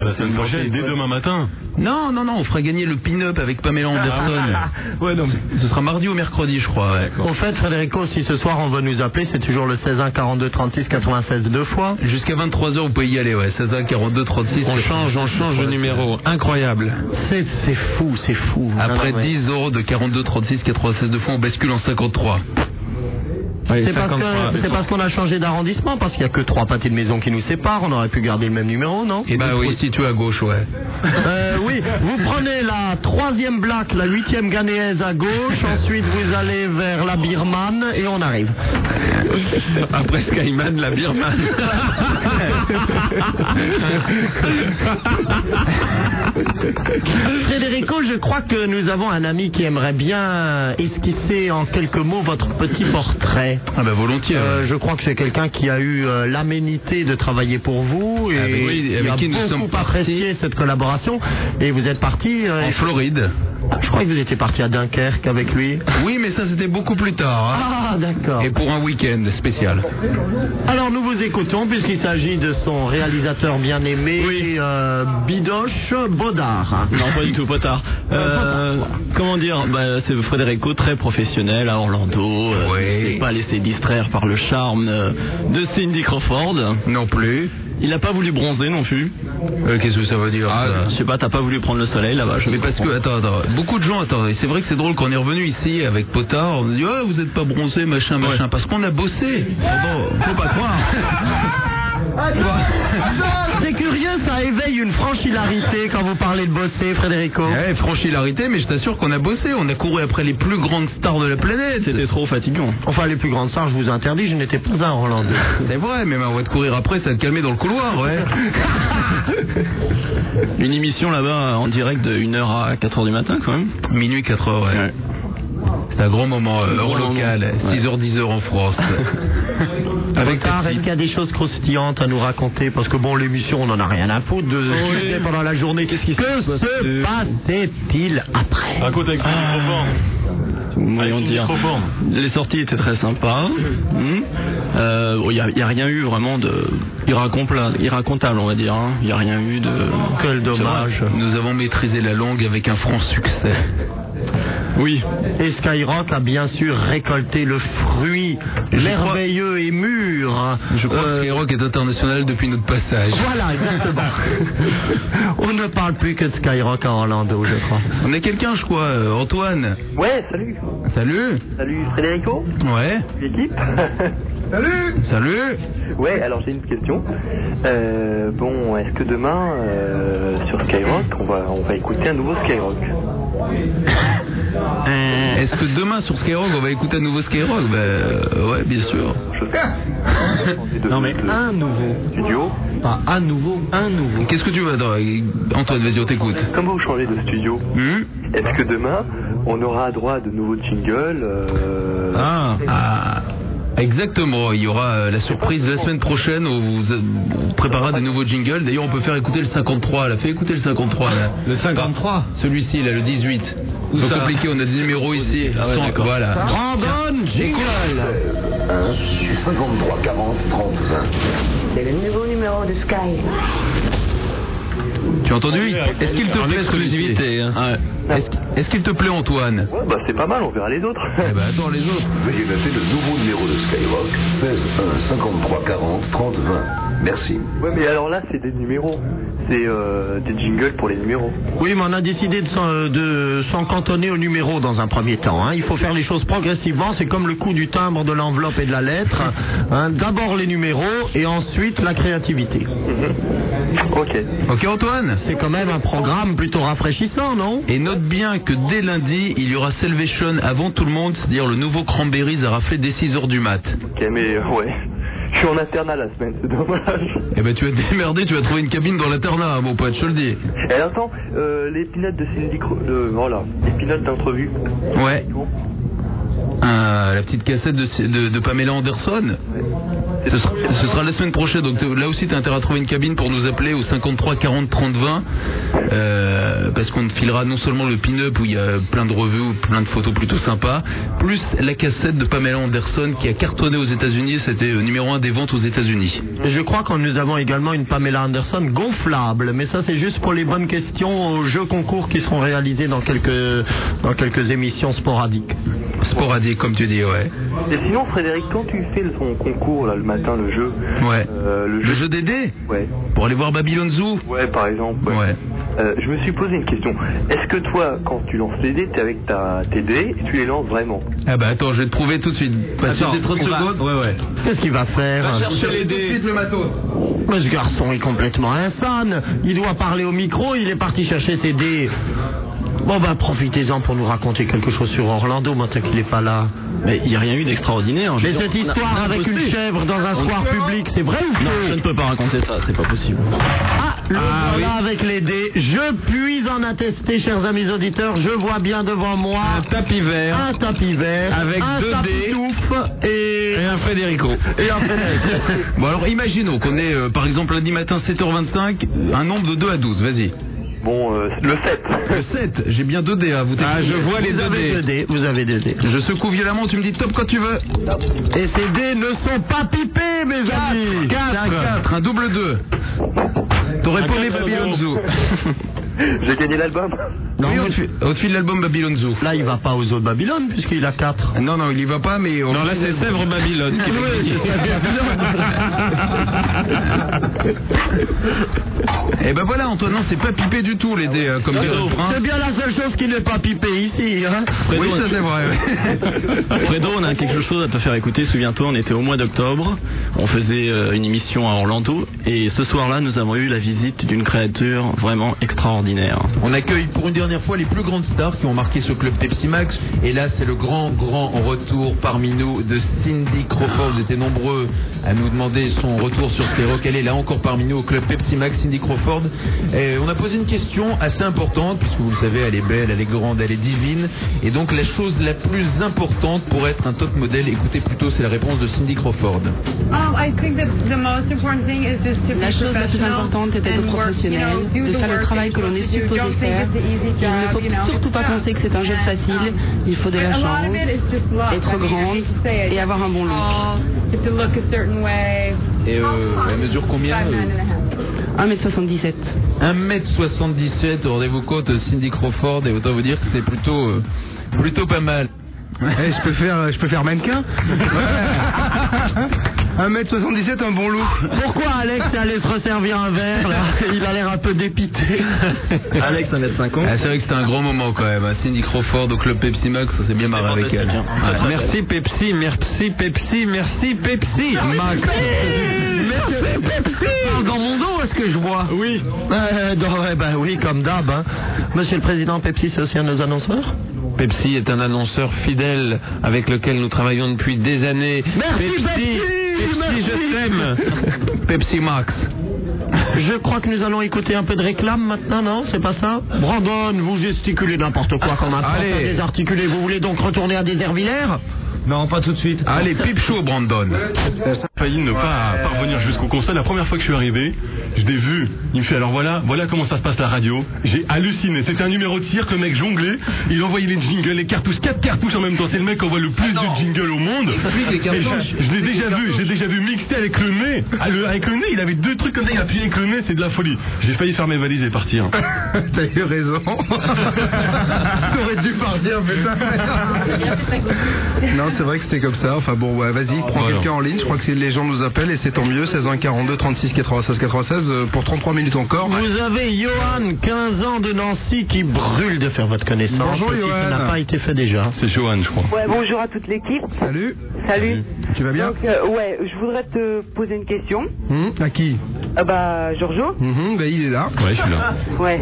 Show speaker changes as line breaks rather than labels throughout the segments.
la semaine prochaine, dès demain matin.
Non, non, non, on fera gagner le pin-up avec Pamela Anderson.
Ouais, non, mais-
Ce sera mardi ou mercredi, je crois. ouais.
Au fait, Frédérico, si ce soir on veut nous appeler, c'est toujours le 16 1 42 36 96 deux fois.
Jusqu'à 23h, vous pouvez y aller, ouais. 16 1 42 36.
On change, on change de numéro. Incroyable.
C'est c'est fou, c'est fou.
Après
Non, non, mais-
10 euros de 42 36 96 de fois, on bascule en 53.
Oui,
C'est parce
53.
que- c'est parce qu'on a changé d'arrondissement, parce qu'il n'y a que trois pâtés de maison qui nous séparent, on aurait pu garder le même numéro, non
Et bah oui. prostituées à gauche, ouais.
Euh, oui, vous prenez la troisième black, la huitième ghanéaise à gauche, ensuite vous allez vers la Birmane et on arrive.
Après Skyman, la Birmane.
Frédérico, je crois que nous avons un ami qui aimerait bien esquisser en quelques mots votre petit portrait.
Ah bah volontiers.
Euh,
ouais.
je crois que c'est quelqu'un qui a eu euh, l'aménité de travailler pour vous et
Avec- Ah, oui,
qui
avec
a
qui nous sommes
beaucoup
partis.
apprécié cette collaboration. Et vous êtes parti. euh,
En Floride.
je crois que vous étiez parti à Dunkerque avec lui.
Oui, mais ça c'était beaucoup plus tard. hein.
Ah, d'accord.
Et pour un week-end spécial.
Alors nous vous écoutons puisqu'il s'agit de son réalisateur bien-aimé, euh, Bidoche Baudard.
Non, pas du tout, pas tard. Euh, comment dire bah, C'est Frédérico, très professionnel à Orlando. Euh,
Ouais.
Il s'est pas laissé distraire par le charme euh, de Cindy Crawford.
Non plus.
Il n'a pas voulu bronzer non plus.
Euh, Qu'est-ce que ça veut dire ça
Je sais pas, t'as pas voulu prendre le soleil là-bas. je
Mais
ne
parce que,
comprends
attends, attends, beaucoup de gens, attends, et c'est vrai que c'est drôle qu'on est revenu ici avec Potard, on nous dit, ouais, vous êtes pas bronzé, machin, machin, parce qu'on a bossé. Pardon, faut pas croire.
C'est curieux, ça éveille une franche hilarité quand vous parlez de bosser, Frédérico.
Ouais, franche hilarité, Eh, mais je t'assure qu'on a bossé, on a couru après les plus grandes stars de la planète.
pas. C'était trop fatigant.
Enfin, les plus grandes stars, je vous interdis, je n'étais pas un Orlando.
C'est vrai, mais on va te courir après, ça va te calmer dans le couloir, ouais.
Une émission là-bas en direct de 1h à 4h du matin quand même.
Minuit 4 heures, ouais. C'est un grand moment, euh, heure
Grand moment.
locale,
Ouais.
6h, 10h en France.
Avec Baudard, est-ce qu'il y a des choses croustillantes à nous raconter Parce que bon, l'émission, on n'en a rien à foutre de ce
Oui.
qui se fait pendant la journée. Qu'est-ce qui que se passait-il après
Raconte avec ton microphone.
Voyons
Avec une
dire.
microforme.
Les sorties étaient très sympas. Hmm. Euh, Il n'y a, il y a rien eu vraiment de irracompla- irracontable, on va dire. hein. Il n'y a rien eu de.
Quel dommage.
Nous avons maîtrisé la langue avec un franc succès.
Oui.
Et Skyrock a bien sûr récolté le fruit merveilleux et mur.
Je crois
Euh,
que Skyrock est international depuis notre passage.
Voilà, exactement. on ne parle plus que de Skyrock à Orlando, je crois.
On a quelqu'un, je crois, euh, Antoine.
Ouais, salut.
Salut.
Salut Frédérico,
Ouais.
l'équipe.
Salut.
ouais, alors j'ai une question. Euh, bon, est-ce que demain, euh, sur Skyrock, on va, on va écouter un nouveau Skyrock
Est-ce que demain sur Skyrock on va écouter à nouveau Skyrock Ben euh, ouais, bien sûr.
Non mais un nouveau. Studio
Donc, Qu'est-ce que tu veux Attends, Antoine, vas-y, on t'écoute.
Comment vous changez de studio
Hmm
Est-ce que demain, on aura droit à de nouveaux jingles euh,
ah. Exactement, il y aura euh, la surprise la semaine prochaine où vous, euh, on préparera des nouveaux jingles. D'ailleurs, on peut faire écouter le 53. Là, fais écouter le 53. Là.
Le 53
Celui-ci, là, le 18. C'est
ça
compliqué, on a des numéros ici. Cent- voilà.
Brandon Jingle
1 53 40 30 20.
C'est le nouveau numéro de Sky.
Tu as entendu Est-ce qu'il te
En
plaît celui-ci
exclusivité. hein.
Est-ce qu- est-ce qu'il te plaît, Antoine
Ouais, bah c'est pas mal, on verra les autres.
Eh ben, attends les autres.
Veuillez noter le nouveau numéro de Skyrock 16 1 53 40 30 20. Merci.
ouais, mais alors là, c'est des numéros. C'est euh, des jingles pour les numéros.
Oui, mais on a décidé de s'en- de s'en cantonner au numéro dans un premier temps. hein. Il faut faire les choses progressivement. C'est comme le coût du timbre, de l'enveloppe et de la lettre. hein. D'abord les numéros et ensuite la créativité.
Ok.
Ok, Antoine
C'est quand même un programme plutôt rafraîchissant, non
Et note bien que dès lundi, il y aura Salvation avant tout le monde, c'est-à-dire le nouveau Cranberries à rafler dès 6h du mat.
Ok, mais euh, ouais. Je suis en internat la semaine, c'est dommage.
Eh ben tu vas te démerder, tu vas trouver une cabine dans l'internat, hein, mon pote, je te le dis.
Et attends, euh, les pilotes de Cindy Cro... euh, voilà, les pilotes d'entrevue.
Ouais. Euh, la petite cassette de, de- de Pamela Anderson Ce sera, ce sera la semaine prochaine, donc euh, là aussi t'as intérêt à trouver une cabine pour nous appeler au 53 40 30 20 euh, parce qu'on te filera non seulement le pin-up où il y a plein de revues ou plein de photos plutôt sympas, plus la cassette de Pamela Anderson qui a cartonné aux États-Unis, c'était euh, numéro un des ventes aux États-Unis.
Je crois que nous avons également une Pamela Anderson gonflable, mais ça c'est juste pour les bonnes questions aux jeux concours qui seront réalisés dans quelques, dans quelques émissions sporadiques.
Sporadique comme tu dis, ouais.
Et sinon, Frédéric, quand tu fais son concours là, le matin, le jeu,
Ouais.
euh, le
Le
jeu,
jeu des dés
ouais,
pour aller voir Babylon Zoo.
ouais, par exemple, ouais.
Ouais.
Euh, je me suis posé une question. Est-ce que toi, quand tu lances les dés, t'es avec ta, tes dés et tu les lances vraiment
Ah bah attends, je vais te trouver tout de suite. Patientez 30
on va-
secondes.
Qu'est-ce qu'il va faire euh, Mais ce garçon est complètement insane. Il doit parler au micro, il est parti chercher ses dés. Bon ben profitez-en pour nous raconter quelque chose sur Orlando maintenant qu'il n'est pas là.
Mais il n'y a rien eu d'extraordinaire. Je
Mais
veux dire,
cette
on a- on
histoire
a
avec
bossé.
une chèvre dans un soir public, c'est vrai ou
Non, je ne
faux
peux pas raconter ça, c'est pas possible.
Ah, le voilà avec les dés. Je puis en attester, chers amis auditeurs, je vois bien devant moi
Un tapis vert.
un tapis vert
Avec
un
deux
tapis
dés.
touffe et...
Et un Federico.
et un fenêtre.
Bon alors imaginons qu'on est euh, par exemple lundi matin 7h25, un nombre de 2 à 12, vas-y.
Bon, euh, le 7.
Le 7, j'ai bien 2 dés à vous
Ah, je vois les
Vous
deux
avez deux
dés.
dés, vous avez deux dés.
Je secoue violemment, tu me dis top quand tu veux.
Et ces dés ne sont pas pipés, mes amis.
C'est un 4, un double 2. T'aurais pas aimé Babylon Zoo.
J'ai gagné l'album.
Non,
oui,
mais-
au dessus- au-dessus de l'album Babylon Zoo.
Là, il va pas aux eaux de Babylone puisqu'il a 4.
Non, non, il y va pas, mais... on-
Non, là, c'est Sèvres Babylone. qui fait gagner.
Eh ben voilà, Antoine, non, c'est pas pipé du tout, les dés, euh,
Ah,
comme dit le refrain.
C'est
hein.
bien la seule chose qui n'est pas pipée ici. Hein
Oui, ça c'est vrai. ouais.
Fredo, on a quelque chose à te faire écouter. Souviens-toi, on était au mois d'octobre, on faisait euh, une émission à Orlando, et ce soir-là, nous avons eu la visite d'une créature vraiment extraordinaire.
On accueille pour une dernière fois les plus grandes stars qui ont marqué ce club Pepsi Max. Et là, c'est le grand, grand retour parmi nous de Cindy Crawford. Vous étiez nombreux à nous demander son retour sur Skyrock. Elle est là encore parmi nous au club Pepsi Max, Cindy Crawford. Et on a posé une question assez importante, puisque vous le savez, elle est belle, elle est grande, elle est divine. Et donc, la chose la plus importante pour être un top modèle, écoutez plutôt, c'est la réponse de Cindy Crawford.
Um,
La chose la plus importante était d'être professionnel, de faire le travail que l'on est supposé faire. Il ne faut surtout pas penser que c'est un jeu facile.
um,
Il faut de la chance, être grande et avoir un bon look.
Et euh, elle mesure combien euh
1m77.
1m77, rendez-vous compte, Cindy Crawford, et autant vous dire que c'est plutôt, euh, plutôt pas mal.
Eh, je peux faire, je peux faire mannequin. Ouais. 1m77, un bon look.
Pourquoi Alex est allé se resservir un verre là Il a l'air un peu dépité.
Alex, 1m50.
Ah, c'est vrai que c'était un grand moment quand même. hein. Cindy Crawford au club Pepsi Max, on s'est bien marré
Ah,
avec elle.
Ah,
Ouais.
Merci Pepsi, merci Pepsi, merci Pepsi. Max.
Dans mon dos, est-ce que je bois
Oui.
Euh, non, eh ben oui, comme d'hab. hein. Monsieur le Président, Pepsi, c'est aussi un de nos annonceurs
Pepsi est un annonceur fidèle avec lequel nous travaillons depuis des années.
Merci,
Pepsi,
Pepsi, merci.
je t'aime.
Pepsi Max.
Je crois que nous allons écouter un peu de réclame maintenant, non C'est pas ça Brandon, vous gesticulez n'importe quoi comme un
Allez.
Allez. désarticulé. Vous voulez donc retourner à des Hervillers
Non, pas tout de suite.
Allez, pipe chaud, Brandon.
failli ne pas parvenir jusqu'au concert. La première fois que je suis arrivé, je l'ai vu. Il me fait alors voilà, voilà comment ça se passe la radio. J'ai halluciné. C'était un numéro de cirque, le mec jonglait. Il envoyait les jingles, les cartouches, quatre cartouches en même temps. C'est le mec qui envoie le plus de jingles au monde.
les cartouches.
Et je je l'ai déjà vu, j'ai déjà vu mixer avec le nez. Ah, le- Avec le nez, il avait deux trucs comme ça, il appuyait avec le nez, c'est de la folie. J'ai failli faire mes valises et partir.
T'as eu raison. T'aurais dû partir, putain. non, c'est vrai que c'était comme ça. Enfin bon, ouais, vas-y,
Ah,
prends
bah
quelqu'un en ligne. Je crois que c'est- les gens nous appellent et c'est tant mieux. 16 1 42 36 96 96 euh, pour 33 minutes encore.
Vous avez Johan, 15 ans de Nancy, qui brûle de faire votre connaissance.
Bonjour,
petit,
Johan.
Ça n'a pas été fait déjà.
C'est Johan, je crois.
Ouais, bonjour à toute l'équipe.
Salut.
Salut.
Tu vas bien
Donc, euh, ouais, je voudrais te poser une question.
Hum, À qui Hum, ben,
Ah bah, Giorgio
Mhm, bah, il est là. Ouais, je suis là.
Ouais.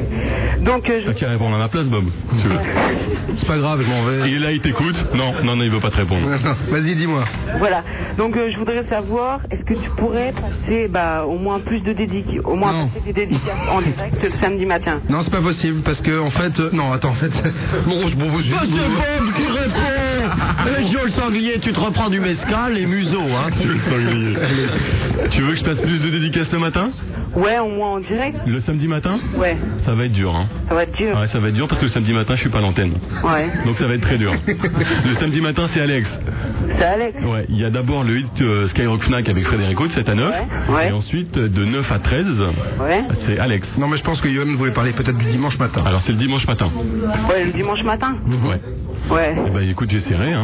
Donc, euh,
T'as qu'à répondre à ma place, Bob. si tu veux.
je-
C'est pas grave, je m'en vais. Il est là, il t'écoute. Non, non, non, il veut pas te répondre. Vas-y, dis-moi.
voilà. Donc, euh, je voudrais savoir, est-ce que tu pourrais passer bah, au moins plus de dédicaces, au moins passer des dédicaces en direct le samedi matin
Non, c'est pas possible parce que en fait, euh, non, attends, en fait, bon, je bon, je-
Bah, c'est Bob qui répond Et Joe le sanglier, tu te reprends du mescal et museau, hein
tu veux que je passe plus de dédicaces le matin
Ouais, au moins en direct
Le samedi matin
Ouais,
Ça va être dur, hein.
ça va être dur.
Ouais, ça va être dur parce que le samedi matin, je suis pas à l'antenne.
Ouais.
Donc ça va être très dur. le samedi matin, c'est Alex.
C'est Alex
Ouais, il y a d'abord le hit euh, Skyrock Fnac avec Frédéric Haute, 7 à 9. Et ensuite, euh, de 9 à 13,
Ouais.
c'est Alex. Non, mais je pense que Yoann voulait parler peut-être du dimanche matin. Alors, c'est le dimanche matin.
Ouais, le dimanche matin
Ouais.
Ouais.
Bah, écoute, j'essaierai, hein.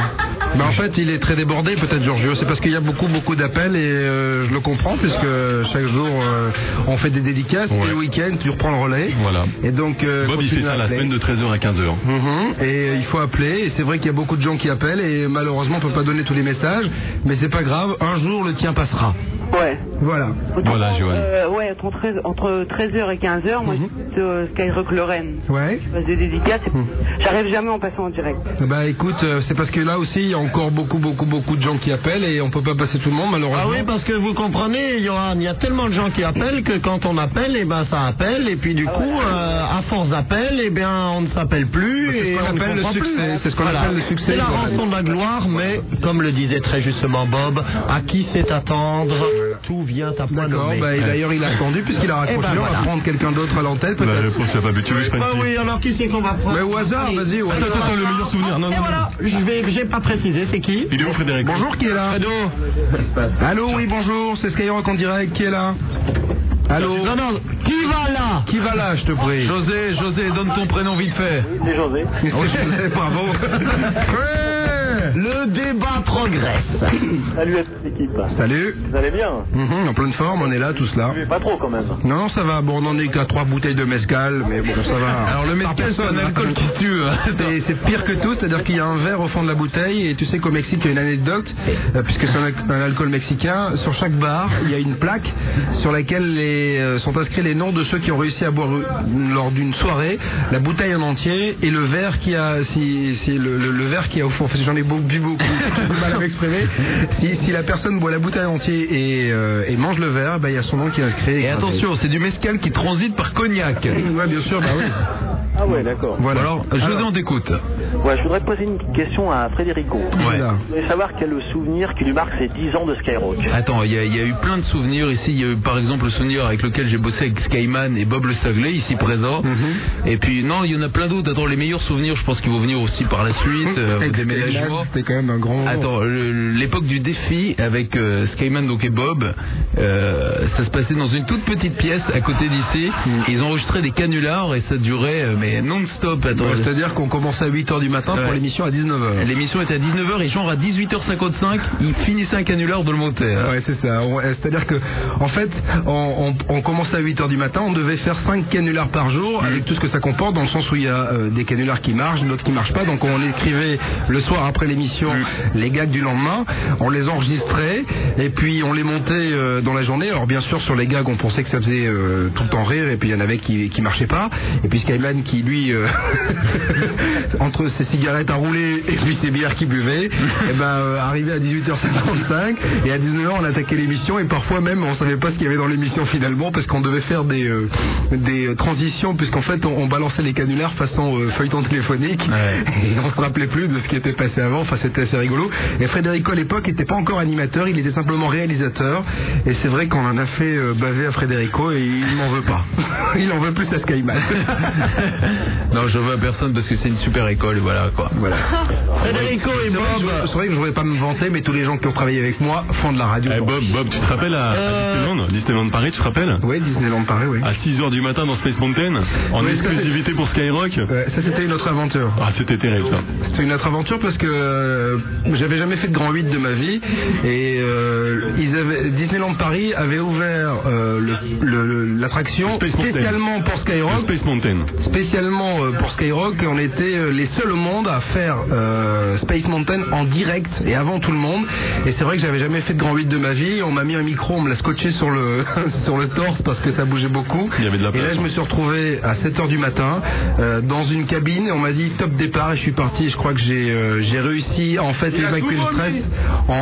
Bah, en fait, il est très débordé, peut-être Giorgio. C'est parce qu'il y a beaucoup, beaucoup d'appels et euh, je le comprends puisque chaque jour euh, on fait des dédicaces et le week-end tu reprends le relais.
Voilà.
Et donc, euh,
Bob, il
continue
fait ça
à
la
appeler.
semaine de 13h à 15h.
Mhm. Et euh, il faut appeler. Et c'est vrai qu'il y a beaucoup de gens qui appellent et malheureusement on peut pas donner tous les messages, mais c'est pas grave. Un jour le tien passera.
Ouais.
Voilà.
Voilà, Johan. Mhm.
Euh, ouais, entre 13 entre 13h et 15h, moi, j'écoute euh, Skyrock Lorraine.
Ouais.
Je passe des dédicaces et j'arrive jamais en passant en direct.
Bah écoute, euh, c'est parce que là aussi il y a encore beaucoup beaucoup beaucoup de gens qui appellent et on peut pas passer tout le monde malheureusement.
Ah oui, parce que vous comprenez, Johan, il y a tellement de gens qui appellent que quand on appelle, eh ben ça appelle, et puis du coup, euh, à force d'appel, eh bien on ne s'appelle plus, et
qu'on
on ne
appelle le
comprend
succès,
plus.
c'est ce qu'on
Voilà.
appelle le succès,
C'est la
Johan.
rançon de la gloire, mais comme le disait très justement Bob, à qui c'est attendre, tout vient à point
D'accord,
nommé.
bah, et
Ouais.
d'ailleurs il a attendu puisqu'il a raccroché,
Eh ben,
on
voilà.
va prendre quelqu'un d'autre à l'antenne peut-être.
Bah, le pauvre, ça va buter, je
Ah oui, alors qui c'est qu'on va prendre
Mais au hasard,
Allez.
vas-y, au hasard. Attends, attends, le meilleur souvenir, non,
Et
non,
voilà, je vais, j'ai pas précisé, c'est qui
Il est où Frédéric
Bonjour, qui est là Allô Allô, oui, bonjour, c'est Skyrock en direct, qui est là Allô Non,
non, qui va là
Qui va là, je te prie
José, José, donne ton prénom vite fait.
C'est José.
José, bravo.
Le débat progresse.
Salut à toute l'équipe.
Salut.
Vous allez bien
Mhm, en pleine forme, on est là tous là.
Mais pas trop quand même.
Non, non, ça va. Bon, on en est qu'à trois bouteilles de mezcal, mais bon, ça va.
Alors, le mezcal, c'est un alcool qui hein.
tue. C'est pire que tout, c'est-à-dire qu'il y a un verre au fond de la bouteille, et tu sais qu'au Mexique, il y a une anecdote, euh, puisque c'est un, al- un alcool mexicain. Sur chaque bar, il y a une plaque sur laquelle les, euh, sont inscrits les noms de ceux qui ont réussi à boire euh, lors d'une soirée, la bouteille en entier et le verre qui a, si, si le, le- le verre qui a au fond. Parce que J'en ai beau- bu beaucoup, j'ai du mal à m'exprimer. Si, si la personne boit la bouteille en entier et, euh, et mange le verre, bah, il y a son nom qui est inscrit.
Et attention, c'est du mescal qui transite par cognac.
Ouais, bien sûr, bah oui.
Ah ouais, d'accord.
Voilà.
Alors, José, on t'écoute.
Ouais, je voudrais poser une petite question à Frédérico.
Ouais.
Je voudrais savoir quel est le souvenir qui lui marque ses 10 ans de Skyrock.
Attends, il y, a- il y a eu plein de souvenirs ici. Il y a eu par exemple le souvenir avec lequel j'ai bossé avec Skyman et Bob Le Saglé, ici présent.
Mhm.
Et puis, non, il y en a plein d'autres. Attends, les meilleurs souvenirs, je pense qu'ils vont venir aussi par la suite. euh, au
Avec
déménagement.
C'était quand même un grand.
Attends, le- l'époque du défi avec euh, Skyman donc et Bob, euh, ça se passait dans une toute petite pièce à côté d'ici.
Mm.
Ils enregistraient des canulars et ça durait euh, mais non-stop. Attends,
Ouais, C'est-à-dire qu'on commençait à 8h du matin pour
Ouais.
l'émission à 19h.
l'émission était à 19h et genre à 18h55, ils finissaient un canular de le monter. hein.
Ouais, c'est ça. On- euh, C'est-à-dire que, en fait, on, on- on commençait à 8 heures du matin, on devait faire 5 canulars par jour, avec tout ce que ça comporte, dans le sens où il y a euh, des canulars qui marchent, d'autres qui marchent pas. Donc on écrivait le soir après l'émission les gags du lendemain, on les enregistrait, et puis on les montait euh, dans la journée. Alors bien sûr, sur les gags, on pensait que ça faisait euh, tout le temps rire, et puis il y en avait qui, qui marchaient pas. Et puis Skyman qui, lui, euh, entre ses cigarettes à rouler et puis ses bières qu'il buvait, et ben, euh, arrivé à 18h55 et à 19h on attaquait l'émission et parfois même on savait pas ce qu'il y avait dans l'émission finalement parce qu'on devait faire des euh, des euh, transitions puisqu'en fait on, on balançait les canulars façon euh, feuilleton téléphonique et on se rappelait plus de ce qui était passé avant. Enfin c'était assez rigolo. Et Frédérico à l'époque n'était pas encore animateur, il était simplement réalisateur et c'est vrai qu'on en a fait euh, baver à Frédérico et il m'en veut pas. il en veut plus à Skyman.
Non, je veux à personne parce que c'est une super école, voilà quoi.
Voilà.
Frédérico et
Ah, bah.
Bob.
C'est vrai que je voudrais pas me vanter, mais tous les gens qui ont travaillé avec moi font de la radio.
Eh, Bob, Bob, tu te rappelles à, à Disneyland Disneyland Paris, tu te rappelles
Oui, Disneyland Paris, oui.
Ah.
À 6h du matin dans Space Mountain, en
Oui, ça, c'est-
exclusivité pour Skyrock.
Ouais, Euh, ça c'était une autre aventure.
Ah, c'était terrible ça.
C'était une autre aventure parce que euh, j'avais jamais fait de grand 8 de ma vie et euh, ils avaient, Disneyland Paris avait ouvert euh, le- le- le- l'attraction
Space Mountain.
spécialement pour Skyrock.
Space Mountain.
Spécialement euh, pour Skyrock, on était euh, les seuls au monde à faire euh, euh, Space Mountain en direct et avant tout le monde. Et c'est vrai que j'avais jamais fait de grand 8 de ma vie. On m'a mis un micro, on me l'a scotché sur le, sur le torse parce que ça bougeait beaucoup.
Il y avait de la
et
place, hein.
là, je me suis retrouvé à 7h du matin euh, dans une cabine. On m'a dit top départ et je suis parti. Je crois que j'ai euh, j'ai réussi à, en fait
Il a
évacuer
tout
le stress
remis.
en,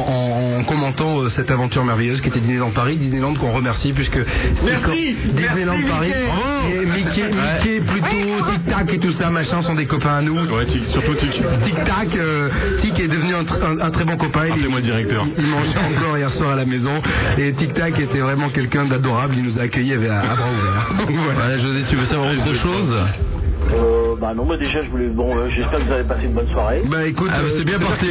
en- en commentant euh, cette aventure merveilleuse qui était Disneyland Paris. Disneyland qu'on remercie puisque c'est
Merci.
quand- Disneyland
Merci,
Paris
Mickey. Bravo.
et Mickey, Mickey plutôt Tic Tac et tout ça machin sont des copains à nous.
Ouais, tic, surtout Tic.
Tic Tac, euh, Tic est devenu un, tr- un- un très bon copain. Il,
Appelez-moi le directeur.
il mangeait encore hier soir à la maison et Tic Tac était vraiment quelqu'un d'adorable. Il nous a accueillis avec à, à bras ouverts. Donc, voilà.
Voilà, José, tu veux savoir autre chose
Euh, bah non, bah déjà, je voulais. Bon, euh, j'espère que vous avez passé une bonne soirée.
Bah écoute,
Ah, bah, c'est bien parti.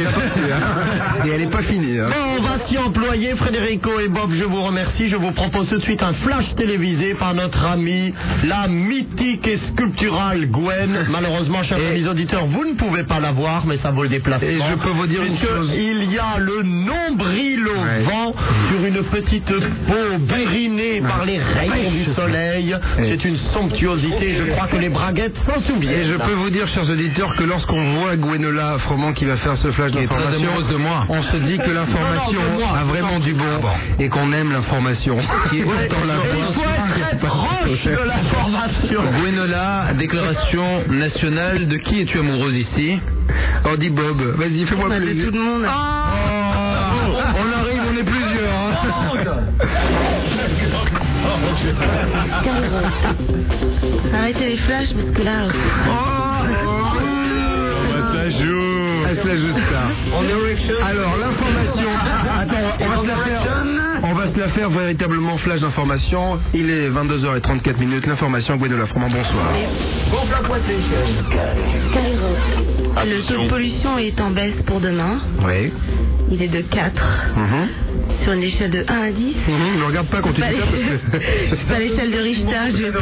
Et elle est pas finie. hein.
Bon, on va s'y employer. Frédérico et Bob, je vous remercie. Je vous propose tout de suite un flash télévisé par notre amie, la mythique et sculpturale Gwen. Malheureusement, chers amis auditeurs, vous ne pouvez pas la voir, mais ça vaut le déplacement.
Et je peux vous dire une
Puisque
chose.
Il y a le nombril au vent sur une petite peau bérinée par les rayons du soleil. C'est une somptuosité. Je crois que les braguettes s'en souviennent.
Et je peux vous dire, chers auditeurs, que lorsqu'on voit Gwenola Froment qui va faire ce flash
est très
d'information,
amoureuse de moi.
on se dit que l'information
Non, non, de moi.
a vraiment du bon et qu'on aime l'information.
Qui est
Et
autant la
il
voix.
faut être très proche de la-
formation.
Gwenola, déclaration nationale de qui es-tu amoureuse ici
On dit Bob, vas-y, fais-moi plaisir.
le monde.
Oh,
Ah.
on arrive, on est plusieurs. hein.
Arrêtez les flashs parce que là.
Oh,
Ça joue.
Elle se la joue ça. Alors, l'information. Attends, on va se la faire. On va se la faire véritablement flash d'information. Il est 22h34 minutes. L'information, Gwenola Froment, bonsoir.
Skyrock. Le taux de pollution est en baisse pour demain.
Oui.
Il est de 4
Mhm.
sur une échelle de 1 à 10.
Mhm, ne regarde pas quand tu dis ça parce que.
C'est pas l'échelle de Richter, je vais pas.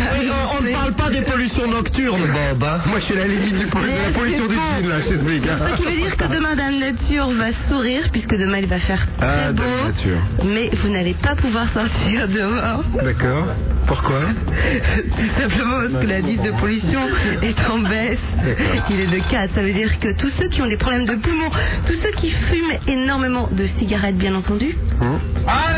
On ne parle pas des pollutions nocturnes, Bob. hein.
Moi, je suis à la limite du pol- de la
Mais
pollution
c'est
du
bon.
film, là, chez ce mec. hein.
Ce qui veut dire que demain, Dame Nature va sourire, puisque demain, il va faire très
Ah, Dame
beau.
Nature.
Mais vous n'allez pas pouvoir sortir demain.
D'accord. Pourquoi
Tout simplement parce que l'indice de pollution est en baisse. Il est de 4. Ça veut dire que tous ceux qui ont des problèmes de poumons, tous ceux qui fument énormément de cigarettes, bien entendu,
Hein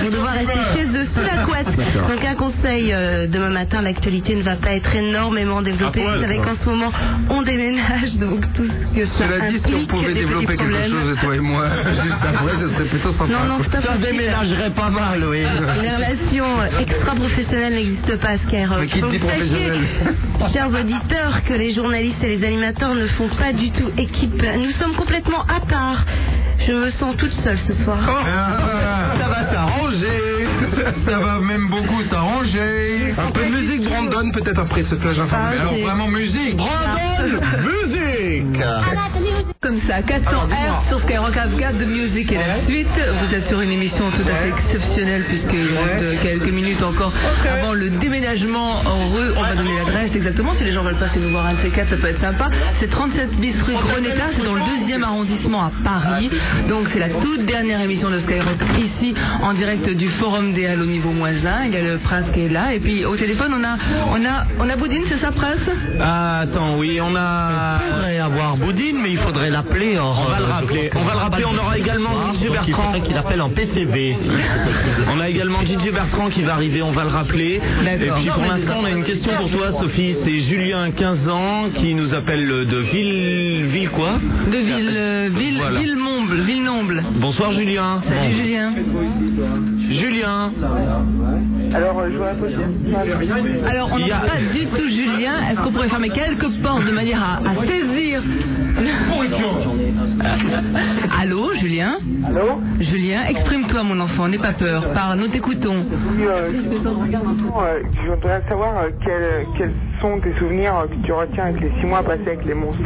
vont devoir rester chez eux sous la couette. Donc un conseil, euh, demain matin, l'actualité ne va pas être énormément développée.
À poil,
Vous savez
quoi.
qu'en ce moment, on déménage, donc tout ce que ça
Cela dit, si on
implique,
pouvait
des
développer
petits
quelque
problèmes.
chose, toi et moi, juste après, ce serait plutôt sympa.
Non, non, c'est
Ça
pas possible.
déménagerait pas mal, oui.
Les relations extra-professionnelles n'existent pas, Skyrock.
Mais qui te
Donc,
dit professionnel
sachez, chers auditeurs, que les journalistes et les animateurs ne font pas du tout équipe. Nous sommes complètement à part. Je me sens toute seule ce soir.
Ah, ça va s'arranger. ah. Ça va même beaucoup s'arranger. Un peu de musique, Brandon, peut-être après ce plage
Ah,
informel.
ok.
musique. musique.
Comme ça, 400 Hz sur Skyrock I've got the music et la suite. Vous êtes sur une émission tout à fait exceptionnelle puisqu'il reste quelques minutes encore avant le déménagement heureux. On va donner l'adresse exactement si les gens veulent passer nous voir un de ces quatre, ça peut être sympa. C'est 37 bis rue Greneta, c'est dans le deuxième arrondissement à Paris. Donc c'est la toute dernière émission de Skyrock ici en direct du Forum des Halles au niveau Moisin. Il y a le prince qui est là et puis au téléphone on a on a on a Boudine, c'est ça prince
Ah, attends, oui, on a.
Il faudrait avoir Boudine, mais il faudrait l'appeler euh, en.
On va le rappeler. On va le rappeler. On aura également
Donc,
Didier
Il
Bertrand.
faudrait qu'il appelle en PCV.
On a également Didier Bertrand qui va arriver, on va le rappeler. Et
D'accord.
puis pour l'instant, on a une question pour toi, Sophie. C'est Julien, 15 ans, qui nous appelle euh, de Ville. Ville quoi
De Ville, euh, Ville,
Voilà.
Villemomble, Villemomble.
Bonsoir, Julien.
Salut
Bon.
Julien.
Julien.
Alors, euh, je vois la possibilité.
Alors, on
Il y a-
n'entend pas du tout Julien. Est-ce qu'on pourrait fermer quelques portes de manière à, à saisir Allô, Julien
Allô
Julien, exprime-toi, mon enfant, n'aie pas peur. Par nous t'écoutons.
Oui, euh, je suis dans un instant, euh, je voudrais savoir euh, quels, quels sont tes souvenirs euh, que tu retiens avec les six mois passés avec les monstres.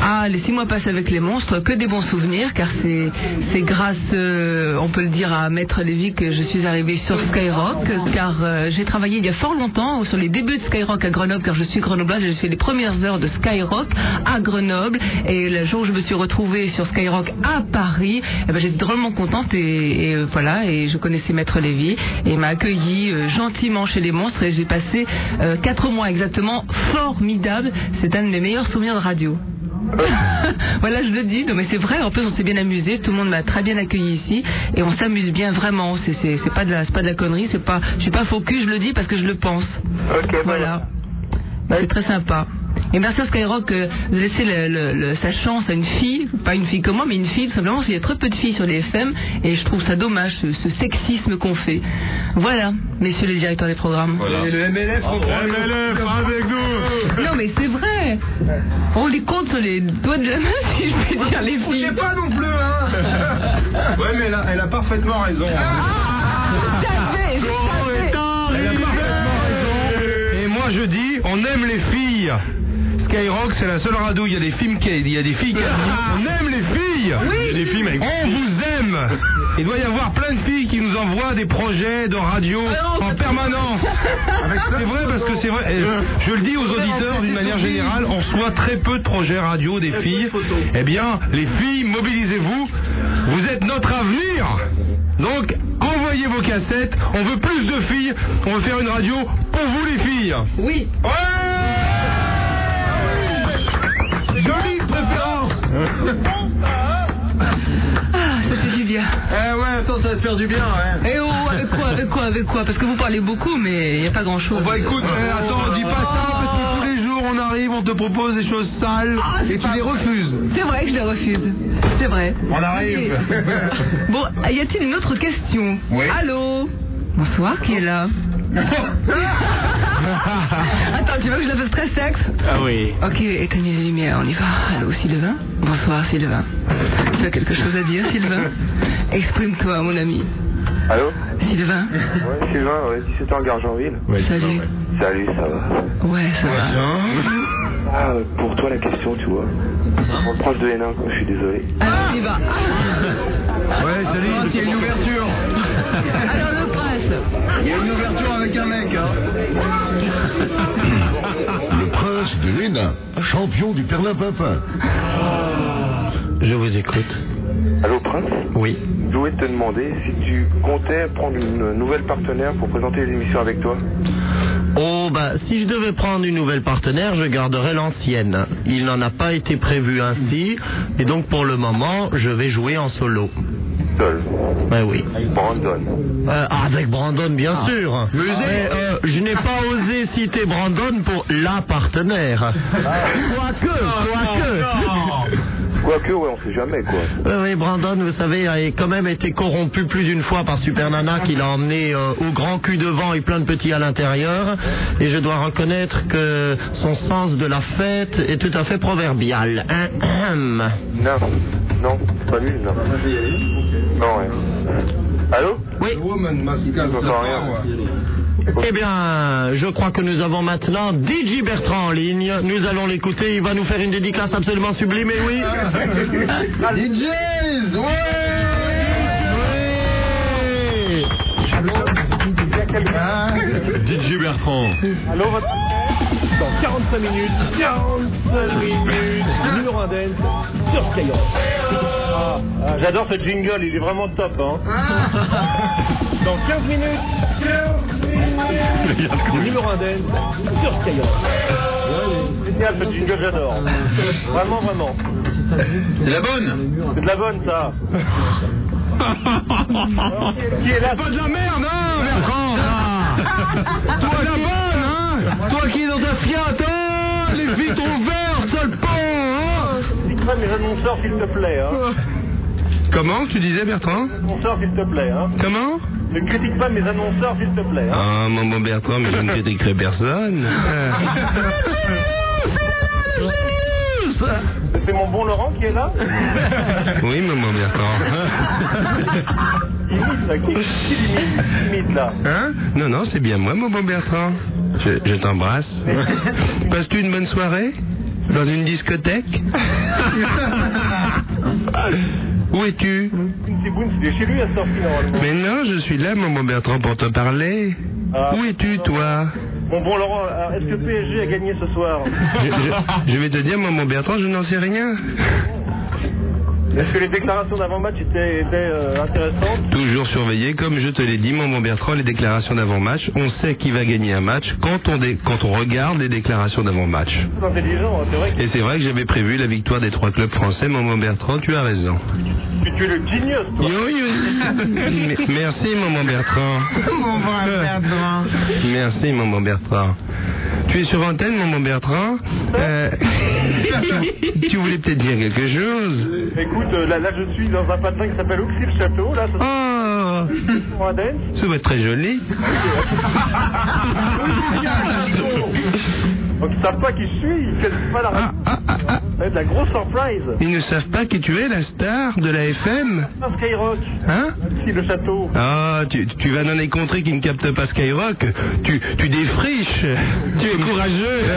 Ah, les six mois passés avec les monstres, que des bons souvenirs, car c'est c'est grâce, euh, on peut le dire, à Maître Lévy que je suis arrivée sur Skyrock, car euh, j'ai travaillé il y a fort longtemps sur les débuts de Skyrock à Grenoble, car je suis grenobloise, j'ai fait les premières heures de Skyrock à Grenoble, et le jour où je me suis retrouvée sur Skyrock à Paris, eh ben, j'étais drôlement contente, et, et, euh, voilà, et je connaissais Maître Lévy, et il m'a accueillie euh, gentiment chez les monstres, et j'ai passé euh, quatre mois exactement formidables, c'est un de mes meilleurs souvenirs de radio. voilà, je le dis, non mais c'est vrai, en plus on s'est bien amusé, tout le monde m'a très bien accueilli ici et on s'amuse bien vraiment, c'est c'est- c'est pas, de la- c'est pas de la connerie, c'est pas, je suis pas faux cul, je le dis parce que je le pense. voilà. C'est très sympa. Et merci à Skyrock euh, de laisser le- le- le- sa chance à une fille, pas une fille comme moi, mais une fille, tout simplement, parce qu'il y a très peu de filles sur les FM, et je trouve ça dommage, ce, ce sexisme qu'on fait. Voilà, messieurs les directeurs des programmes.
Et le MLF,
MLF avec nous
Non mais c'est vrai On les compte sur les doigts de la main, si je puis dire, les filles.
pas non plus, hein Ah, Ouais, mais elle a, elle a parfaitement raison. Elle a parfaitement raison. Et moi, je dis, on aime les filles. Skyrock, c'est la seule radio où il y a des films qui- il y a des filles. qui- On aime les filles.
Des films avec-
On vous aime. Il doit y avoir plein de filles qui nous envoient des projets de radio en permanence. C'est vrai parce que c'est vrai. eh, Je le dis aux auditeurs d'une manière générale, on reçoit très peu de projets radio des filles. Eh bien, les filles, mobilisez-vous. Vous êtes notre avenir. Donc, envoyez vos cassettes. On veut plus de filles. On veut faire une radio pour vous les filles.
Oui.
Jolie préférence.
Ah, ça fait du bien.
Eh ouais, attends, ça va te faire du bien, ouais.
Eh oh, avec quoi, avec quoi, avec quoi Parce que vous parlez beaucoup, mais il n'y a pas grand chose.
Bah écoute, eh, attends, dis pas ça parce que tous les jours on arrive, on te propose des choses sales et tu les refuses.
C'est vrai que je les refuse. C'est vrai.
On arrive.
Ok. Bon, y a-t-il une autre question
Oui.
Allô Bonsoir, qui est là Attends, tu veux que je la fasse très sexe
Ah oui.
Ok, éteignez les lumières, on y va. Allô, Sylvain Bonsoir, Sylvain. Tu as quelque chose à dire, Sylvain Exprime-toi, mon ami.
Allô
Sylvain
Ouais, Sylvain, ouais, 17 ans, Gargenville.
Salut.
Salut, ça va
Ouais, ça
Bah,
va.
Ah, euh, pour toi, la question, tu vois. On le proche de Hénin, quoi, je suis désolé.
Alors, on y va.
Ouais, salut. Ah, Il y a une ouverture. Ah.
Alors, le prince.
Il y a une ouverture avec un mec, hein.
Le prince de l'Hénin, champion du Perlin-Pimpin.
Je vous écoute.
Allô, Prince
Oui.
Je voulais te demander si tu comptais prendre une nouvelle partenaire pour présenter les émissions avec toi.
Oh bah si je devais prendre une nouvelle partenaire, je garderais l'ancienne. Il n'en a pas été prévu ainsi et donc pour le moment, je vais jouer en solo.
Seul.
Ouais oui.
Avec Brandon.
Euh, ah, avec Brandon bien
Ah.
sûr.
Musée.
Mais, euh, je n'ai pas osé citer Brandon pour la partenaire. Quoique, quoique.
Quoique, ouais, on sait jamais, quoi.
Oui, oui, Brandon, vous savez, a quand même été corrompu plus d'une fois par Super Nana qui l'a emmené euh, au grand cul devant et plein de petits à l'intérieur. Et je dois reconnaître que son sens de la fête est tout à fait proverbial. Hein, hein.
Non, non, c'est pas lui, non. Non, ouais. Allô
Oui.
Woman,
J'entends rien.
Eh bien, je crois que nous avons maintenant DJ Bertrand en ligne. Nous allons l'écouter. Il va nous faire une dédicace absolument sublime. Et oui.
DJs,
ouais
DJ Bertrand.
Allô, votre... Dans 45 minutes, 45 minutes, numéro un dance sur Skyrock. Ah, ah, J'adore ce jingle, il est vraiment top, hein.
Ah.
Dans 15 minutes, 15 minutes, numéro un dance sur Skyrock. Génial, ce jingle, j'adore. Vraiment, vraiment.
C'est la bonne
C'est de la bonne, ça.
Qui est là Pas de la merde, hein, Bertrand là. Toi la bonne, hein Toi qui es dans ta Fiat, hein Les vitres ouvertes, sale pont, hein
Crème les annonceurs, s'il te plaît, hein.
Comment tu disais, Bertrand
Annonceurs, s'il te plaît, hein.
Comment
Ne critique pas mes annonceurs, s'il te plaît, hein.
Ah, mon bon Bertrand, mais je ne critiquerai personne.
C'est mon bon Laurent qui est là
oui, mon bon Bertrand.
Imite, là. Qui qui l'imite Imite, là.
Hein Non, non, c'est bien moi, mon bon Bertrand. Je, je t'embrasse. Passes-tu une bonne soirée Dans une discothèque Où es-tu
Bouncy Bouncy, il est chez lui à sortir normalement.
Mais non, je suis là, mon bon Bertrand, pour te parler.
Ah.
Où es-tu, toi
Bon, bon, Laurent,
euh,
alors, est-ce que le PSG a gagné ce soir
je, je- je vais te dire, mon bon Bertrand, je n'en sais rien.
Est-ce que les déclarations d'avant-match étaient, étaient, euh, intéressantes
Toujours surveillé, comme je te l'ai dit, mon bon Bertrand, les déclarations d'avant-match, on sait qui va gagner un match quand on, dé- quand on regarde les déclarations d'avant-match.
C'est intelligent, hein, c'est vrai. que-
Et c'est vrai que j'avais prévu la victoire des trois clubs français, mon bon Bertrand, tu as raison.
Tu, tu es le genius, toi.
M- Merci, maman Bertrand. Euh,
Mon brave Bertrand.
Merci, maman Bertrand. Tu es sur antenne, maman Bertrand Euh, Tu voulais peut-être dire quelque chose
Écoute, euh, là, là, je suis dans un patin qui s'appelle Auxy-le-Château. Là, ça
oh.
un dance.
Ça va être très joli.
Donc ils savent pas qui je suis, ils connaissent pas la
Ah,
Ah.
radio. Ça va être la grosse surprise.
Ils ne savent pas qui tu es, la star de la FM
Un Skyrock.
Hein
Si le château.
Ah, tu, tu vas dans les contrées qui ne captent pas Skyrock. Tu, tu défriches. Tu es courageux.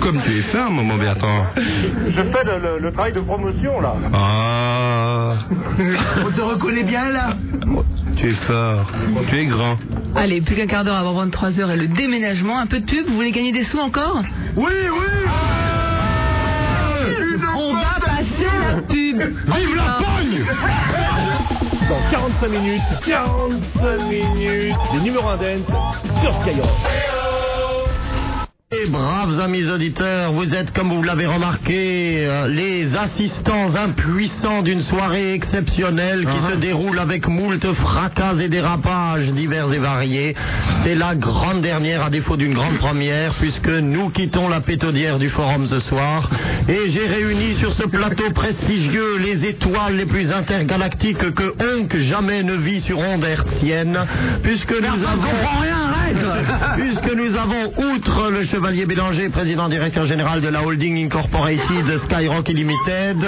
Comme tu es fin, maman Bertrand.
Je fais le, le- le travail de promotion là.
Ah,
On te reconnaît bien là
tu es fort. Tu es grand.
Allez, plus qu'un quart d'heure avant 23h et le déménagement. Un peu de pub, vous voulez gagner des sous encore
Oui, oui
Ah.
On va passer la pub
Vive la Pogne Dans 45 minutes, 45 minutes, les numéros indens sur Skyrock.
Et braves amis auditeurs, vous êtes, comme vous l'avez remarqué, euh, les assistants impuissants d'une soirée exceptionnelle qui se déroule avec moult fracas et dérapages divers et variés. C'est la grande dernière, à défaut d'une grande première, puisque nous quittons la pétaudière du forum ce soir. Et j'ai réuni sur ce plateau prestigieux les étoiles les plus intergalactiques que Honk jamais ne vit sur onde hertzienne, puisque nous avons... Puisque nous avons, outre le chevalier Bélanger, président directeur général de la holding incorporated Skyrock Illimited,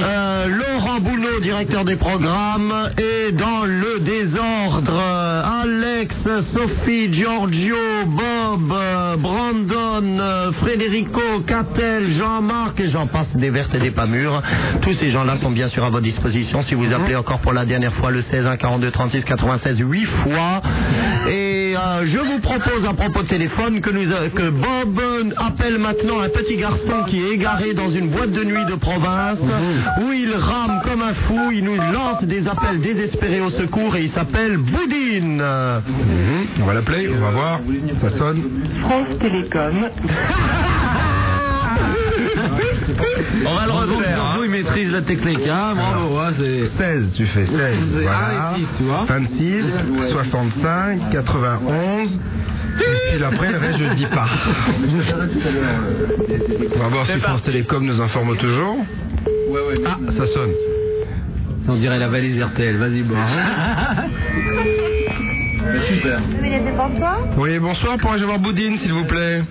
euh, Laurent Boulot, directeur des programmes, et dans le désordre, euh, Alex, Sophie, Giorgio, Bob, euh, Brandon, euh, Frédérico, Catel, Jean-Marc, et j'en passe des vertes et des pas mûres. Tous ces gens-là sont bien sûr à votre disposition si vous appelez encore pour la dernière fois le 16 1 42 36 96 8 fois. Et euh, je vous propose à propos de téléphone que, nous, euh, que Bob euh, appelle maintenant un petit garçon qui est égaré dans une boîte de nuit de province
Mhm.
où il rame comme un fou, il nous lance des appels désespérés au secours et il s'appelle Boudine.
On va l'appeler, on va voir. Ça sonne.
France Télécom.
On va le refaire. il maîtrise la technique. Hein, bravo, 16, tu fais 16. Voilà. 26, 65, 91. Et puis après, le reste, je ne dis pas. On va voir si France Télécom nous informe toujours. Ah, ça sonne.
On dirait la valise RTL, vas-y, bon.
Super. Oui, bonsoir, pourrais-je avoir Boudine, s'il vous plaît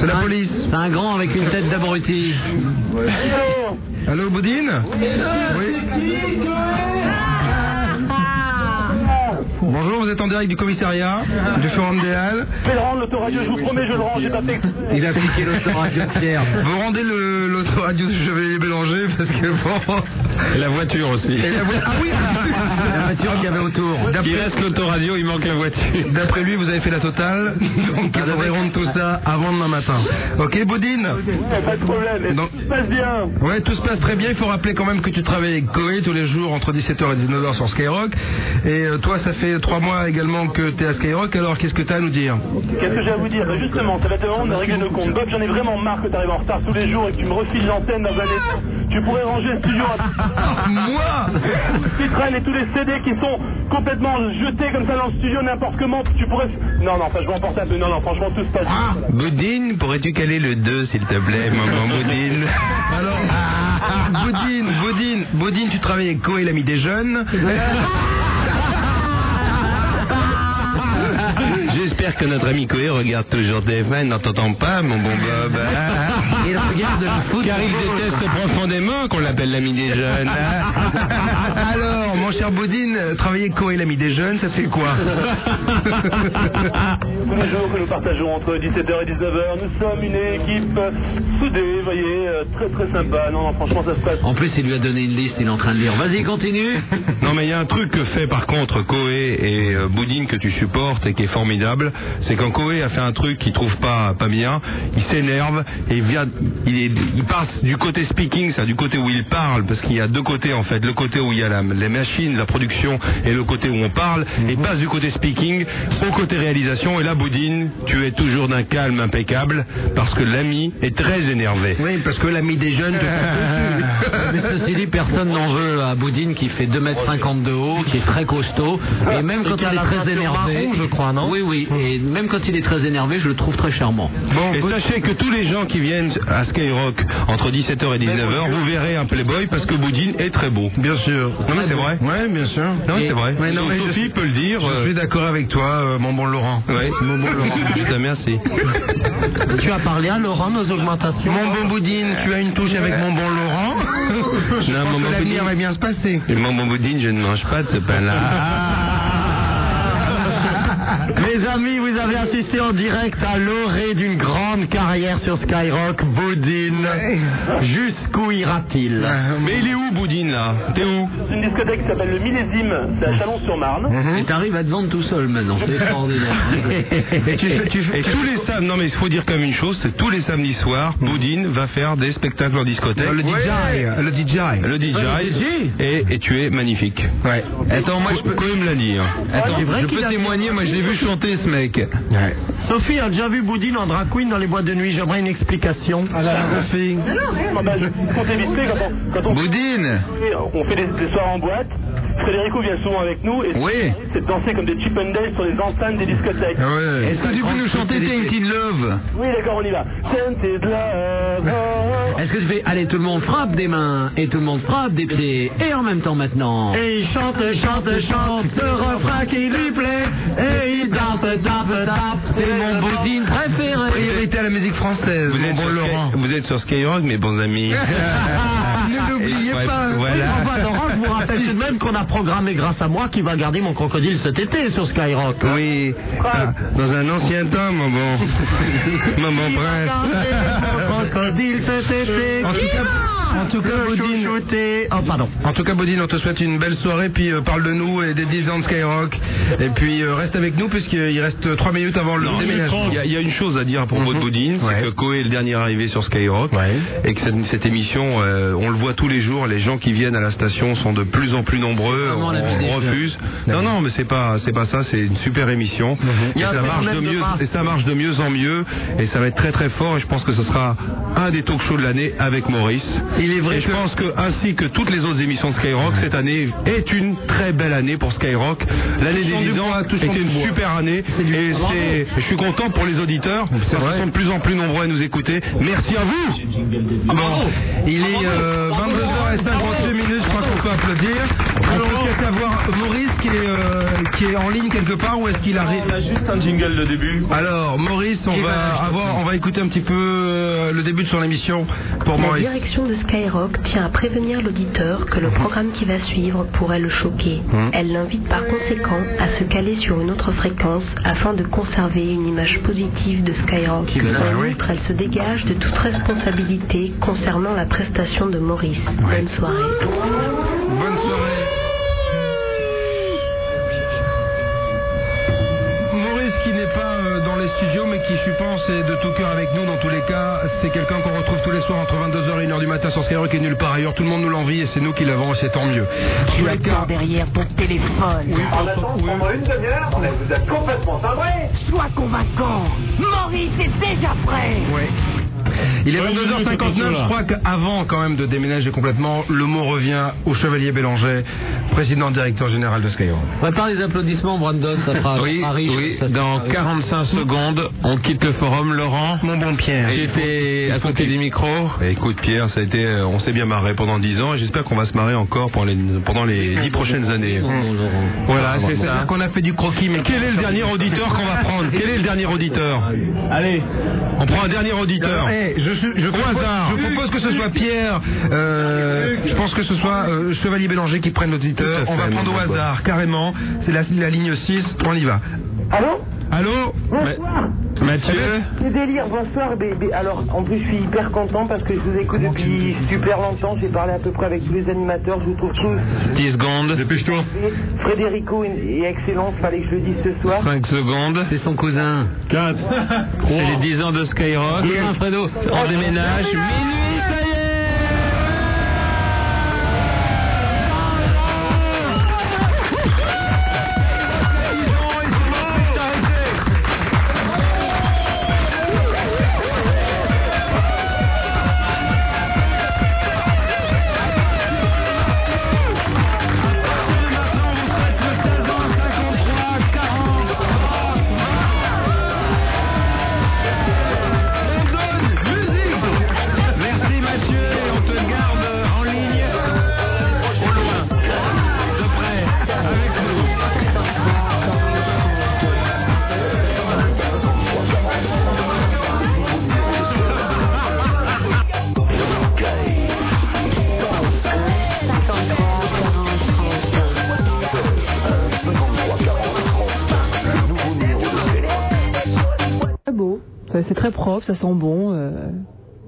C'est la police. C'est un grand avec une tête d'abruti. Allô, Boudine
Ah,
Bonjour, vous êtes en direct du commissariat du Forum des Halles.
Je vais le rendre l'autoradio, je vous promets, je le rends, j'ai pas fait exprès.
Il a piqué l'autoradio Pierre. Vous rendez le- l'autoradio du Chevalier Bélanger parce que bon.
Et la voiture aussi.
Et la voiture- ah oui La voiture qu'il y avait autour.
Il reste l'autoradio, il manque la voiture.
D'après lui, vous avez fait la totale, donc il faudrait rendre tout ça avant demain matin. Ok, Boudine
Pas de problème, et
Donc-
tout se passe bien.
Ouais, tout se passe très bien. Il faut rappeler quand même que tu travailles avec Koé tous les jours entre 17h et 19h sur Skyrock. Et euh, toi, ça fait trois mois également que tu es à Skyrock. Alors, qu'est-ce que tu as à nous dire
Qu'est-ce que j'ai à vous dire Justement, ça va être le moment de régler nos comptes. Bob, j'en ai vraiment marre que t'arrives en retard tous les jours et que tu me refiles l'antenne dans un état. Tu pourrais ranger ce studio à...
Ah, Moi
Tous les traînes et tous les CD qui sont complètement jetés comme ça dans le studio n'importe comment. Tu pourrais... Non, non, enfin, je m'emporte un peu. Non, non, franchement, tout se passe bien.
Boudine, pourrais-tu caler le 2, s'il te plaît, maman Boudine
Alors,
Ah,
Boudine, Boudine, Boudine, tu travailles avec Koé, l'ami des jeunes.
J'espère que notre ami Coé regarde toujours TF1, n'en t'entend pas, mon bon Bob.
Ah, Il regarde le foot.
Car il déteste profondément qu'on l'appelle l'ami des jeunes.
Alors, mon cher Boudine, euh, travailler avec Koé, l'ami des jeunes, ça fait quoi
Tous les jours que nous partageons entre 17h et 19h, nous sommes une équipe euh, soudée, voyez, euh, très très sympa. Non, non, franchement, ça se passe.
En plus, il lui a donné une liste, il est en train de lire. Vas-y, continue.
Non mais il y a un truc que fait par contre Koé et euh, Boudine que tu supportes et qui est formidable, gueule, c'est quand Koé a fait un truc qu'il trouve pas, pas bien, il s'énerve et il vient, il, est- il passe du côté speaking, c'est-à-dire du côté où il parle, parce qu'il y a deux côtés en fait, le côté où il y a la- les machines, la production et le côté où on parle, et
Mhm.
passe du côté speaking au côté réalisation, et là, Boudine, tu es toujours d'un calme impeccable, parce que l'ami est très énervé.
Oui, parce que l'ami des jeunes te tape
Mais ceci dit, personne n'en veut à Boudine qui fait 2m50 de haut, qui est très costaud. Et même
Ah, Et
quand
qui
il
a
est
la
très
ceinture
énervé.
marron, je crois, non
Oui, oui. Et même quand il est très énervé, je le trouve très charmant.
et sachez que tous les gens qui viennent à Skyrock entre 17h et 19h, vous verrez un Playboy parce que Boudine est très beau. Bien sûr. Non mais c'est vrai.
Oui, bien sûr.
Non mais c'est vrai.
Ouais, non, mais je
Sophie
suis-
peut le dire.
Je suis d'accord avec toi, euh, mon bon Laurent.
Oui.
Mon bon Laurent.
Je te remercie.
Tu as parlé à Laurent nos augmentations.
Mon bon Boudine, tu as une touche avec mon bon Laurent. Je
Non,
pense
mon
que
bon
l'avenir
Boudine.
va bien se passer.
Et moi, mon Boudine, je ne mange pas de ce pain-là.
Mes amis, vous avez assisté en direct à l'orée d'une grande carrière sur Skyrock, Boudin. Jusqu'où ira-t-il
Mais il est où Boudine là T'es où
C'est une discothèque qui s'appelle le Millésime, c'est à Chalon-sur-Marne.
Mhm.
Et t'arrives à te vendre tout seul maintenant. C'est extraordinaire.
Et tous les samedis, non mais il faut dire comme une chose, c'est tous les samedis soirs, Boudine va faire des spectacles en discothèque.
Hmm. Le DJ, le DJ.
Le DJ.
Ouais, le DJ.
Et, et tu es magnifique. Ouais. Attends, moi je peux quand même la dire.
Attends, C'est vrai je qu'il peux a-
témoigner, moi je l'ai vu chanter ce mec. Ouais.
Sophie a déjà vu Boudin en drag queen dans les boîtes de nuit. J'aimerais une explication.
Sophie.
Ah bah, je- quand t'es vite fait, quand on- quand on-
Boudine
On fait des, des soirs en boîte. Frédérico vient souvent avec nous et
Oui.
c'est de danser comme des chip and Dale sur les enceintes des discothèques.
Ah
Est-ce que tu peux nous chanter Tainted Love
Oui, d'accord, on y va. Tainted love.
Est-ce que tu fais Allez, tout le monde frappe des mains et tout le monde frappe des pieds et en même temps maintenant.
Et il chante, chante, chante, le refrain qui lui plaît. Et il danse, tape, tape.
C'est mon Boudin préféré.
Priorité à la musique française,
Vous
mon
êtes,
bon
sur
Laurent.
Sky- vous êtes sur Skyrock, mes bons amis.
ne
l'oubliez Ouais, pas. voilà.
Enfin, Laurent, je vous rappelle tout de même qu'on a programmé grâce à moi qui va garder mon crocodile cet été sur Skyrock.
Oui, ah,
Euh,
dans un ancien temps, mon bon, mon bon prince.
Crocodile cet été.
En tout cas, en tout cas, Bodine.
Oh, pardon.
En tout cas, Bodine, on te souhaite une belle soirée, puis euh, parle de nous et des 10 ans de Skyrock. Et puis euh, reste avec nous, puisqu'il reste 3 minutes avant le
Non, Il y,
déménagement. Mhm.
a- il y a une chose à dire à propos de Boudine, c'est que Coé est le dernier arrivé sur Skyrock et que cette, cette émission, euh, on le voit tous les jours, les gens qui viennent à la station sont de plus en plus
Ah,
nombreux, on,
vraiment la vie des
on refuse. Non, non, mais c'est pas, c'est pas ça, c'est une super émission.
Mhm.
Il y
Et
a un
ça marche de
phénomène de
mieux,
masse.
et ça marche de mieux en mieux, et ça va être très très fort. Et je pense que ce sera un des talk shows de l'année avec Maurice.
Il est vrai
Et je pense que ainsi que toutes les autres émissions de Skyrock, cette année est une très belle année pour Skyrock. L'année
Touchant
des
du
10 ans
bois,
est
touchant du
une
bois.
super année. Et c'est, je suis content pour les auditeurs parce qu'ils sont de plus en plus nombreux à nous écouter. Merci à vous.
Ah,
Bon,
Il est euh, 22h52 minutes, je crois qu'on peut applaudir. Alors, on peut peut-être avoir Maurice qui est, euh, qui est en ligne quelque part, ou est-ce qu'il arrive
On a juste un jingle de début.
Alors, Maurice, on
Eh ben,
va
je
avoir, on va écouter un petit peu euh, le début de son émission pour
La
Maurice.
direction de Skyrock tient à prévenir l'auditeur que le programme qui va suivre pourrait le choquer. Elle l'invite par conséquent à se caler sur une autre fréquence afin de conserver une image positive de Skyrock. En outre, elle se dégage de toute responsabilité concernant la prestation de Maurice. Bonne soirée.
Bonne soirée. Maurice qui n'est pas euh, dans les studios mais qui je pense est de tout cœur avec nous dans tous les cas. C'est quelqu'un qu'on retrouve tous les soirs entre 22h et 1h du matin sur Skyrock et nulle part ailleurs. Tout le monde nous l'envie et c'est nous qui l'avons et c'est tant mieux. Tu attends
derrière ton téléphone.
En attendant, pendant une demi-heure, on vous a complètement timbré.
Sois convaincant. Maurice est déjà prêt.
Il est
Ouais, je
22h59,
suis
je crois qu'avant quand même de déménager complètement, le mot revient au Chevalier Bélanger, président directeur général de Skyrock.
Prépare les applaudissements, Brandon. Ça fera
Oui,
ça fera riche.
oui.
Ça fera
Dans
riche.
45 secondes, on quitte le forum. Laurent,
mon bon Pierre,
qui était à côté des micros.
Bah, Écoute Pierre, ça a été, euh, on s'est bien marré pendant 10 ans et j'espère qu'on va se marrer encore pendant les, pendant les 10 prochaines années.
Voilà,
Ah,
c'est
bon,
ça.
bon.
qu'on a fait du croquis, mais
Quel est le dernier auditeur qu'on va prendre Quel est le dernier auditeur Allez, on prend un dernier auditeur.
Eh, je, suis- je
Au
propose,
hasard.
je propose que ce soit Pierre. euh, je pense que ce soit euh, Chevalier Bélanger qui prenne l'auditeur.
Tout à
On va
fait,
prendre
mon
au
bon.
hasard, carrément. C'est la, la ligne 6. On y va.
Allô
Allô
Bonsoir.
Mathieu
C'est délire, bonsoir. bébé. Alors, en plus, je suis hyper content parce que je vous écoute depuis super longtemps. J'ai parlé à peu près avec tous les animateurs. Je vous trouve tous.
10 secondes. Dépêche-toi.
Frédérico est excellent. Fallait que je le dise ce soir.
5 secondes.
C'est son cousin.
4. C'est les 10 ans de Skyrock.
Cousin Fredo, on déménage. Minuit, ça y est
Merci Mathieu, et on te garde en ligne, au loin, de près, avec nous.
Très beau. Ça, C'est très propre, ça sent bon. euh,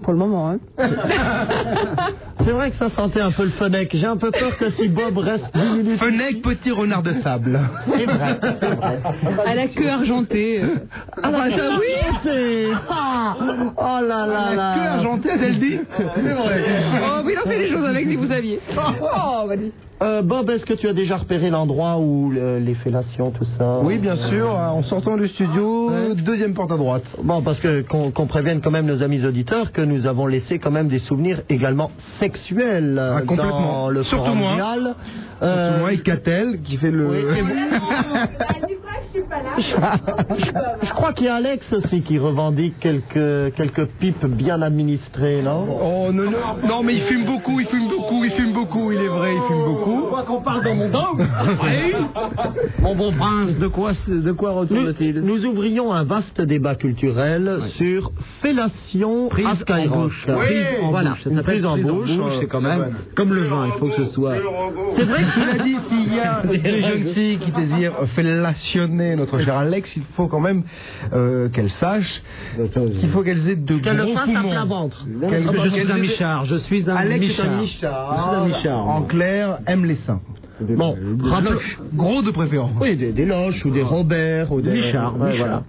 pour le moment, hein.
C'est vrai que ça sentait un peu le fenec. J'ai un peu peur que si Bob reste 10 minutes.
Fenec, petit renard de sable.
C'est vrai, c'est vrai.
À la queue argentée. euh. Ah, bah, ça, oui
c'est. Oh là là là.
Que argentée, elle dit C'est
Oh, oui, non, c'est des choses avec si vous saviez. Oh, vas-y.
Euh, Bob, est-ce que tu as déjà repéré l'endroit où euh, les fellations, tout ça
Oui, bien sûr, hein, en sortant du studio, deuxième porte à droite.
Bon, parce que qu'on qu'on prévienne quand même nos amis auditeurs que nous avons laissé quand même des souvenirs également sexuels euh,
Ah, complètement.
dans le
Surtout
forum
moi.
Vial.
Surtout
Euh,
moi et Catel qui fait le.
Oui, et vous- je crois qu'il y a Alex aussi qui revendique quelques, quelques pipes bien administrées, non
Oh non, non, non, mais il fume beaucoup, il fume beaucoup, il fume beaucoup, il est vrai, il fume beaucoup.
crois qu'on parle dans mon dos
Mon bon prince, de quoi, de quoi
Nous,
retourne-t-il
nous ouvrions un vaste débat culturel sur fellation
Prise
à
en
Skyrock.
bouche. Oui. Voilà, ça
Une
s'appelle
prise en
prise en
bouche,
bouche,
euh,
c'est quand même comme le vin, il faut que ce soit.
C'est vrai qu'il a dit s'il y a des jeunes filles qui désirent fellationner notre cher Alex, il faut quand même euh, qu'elles sachent qu'il faut qu'elles aient de
Qu'elles le
gros
fassent à
poumons.
plat ventre.
Qu'elles-
Ah bah, je
qu'elles
suis un
aient-
Michard, je suis un
Alex est
Michard.
un
Je suis un Michard,
En
moi.
clair, aime les seins.
Bon, rappelons-
Gros de préférence.
Oui, des, des Loches ou des Robert ou des.
Michard,
Ouais,
Michard.
voilà.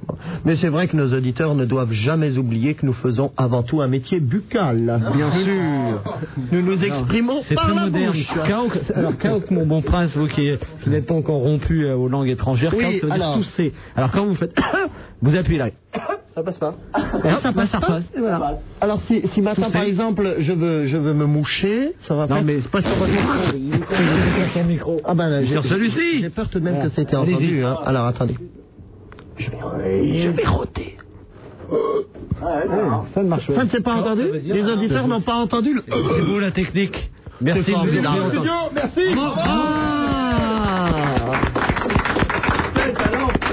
Mais c'est vrai que nos auditeurs ne doivent jamais oublier que nous faisons avant tout un métier buccal.
Bien sûr.
Nous nous exprimons
Ah. C'est
par
très
la
moderne.
bouche.
Kaok, alors Kaok, mon bon prince, vous qui, qui n'êtes pas encore rompu euh, aux langues étrangères,
Oui,
Kaok, ça veut
alors.
dire tousser. Alors quand vous faites, vous appuyez là.
Ça passe pas.
Ah, ça passe, ça passe.
Et voilà. Alors si, si maintenant
Tousser.
par exemple je veux je veux me moucher, ça va pas.
Non mais c'est pas sur votre micro.
Ah ben là, j'ai-
Sur celui-ci.
J'ai peur tout de même que c'était
Allez-y.
entendu. hein. Alors attendez.
Je vais roter. Ah, Ça ne marche
Ça ne s'est pas entendu Les auditeurs n'ont pas entendu le.
C'est beau la technique. Merci de
C'est
nous
formidable.
avoir entendu.
merci.
Ah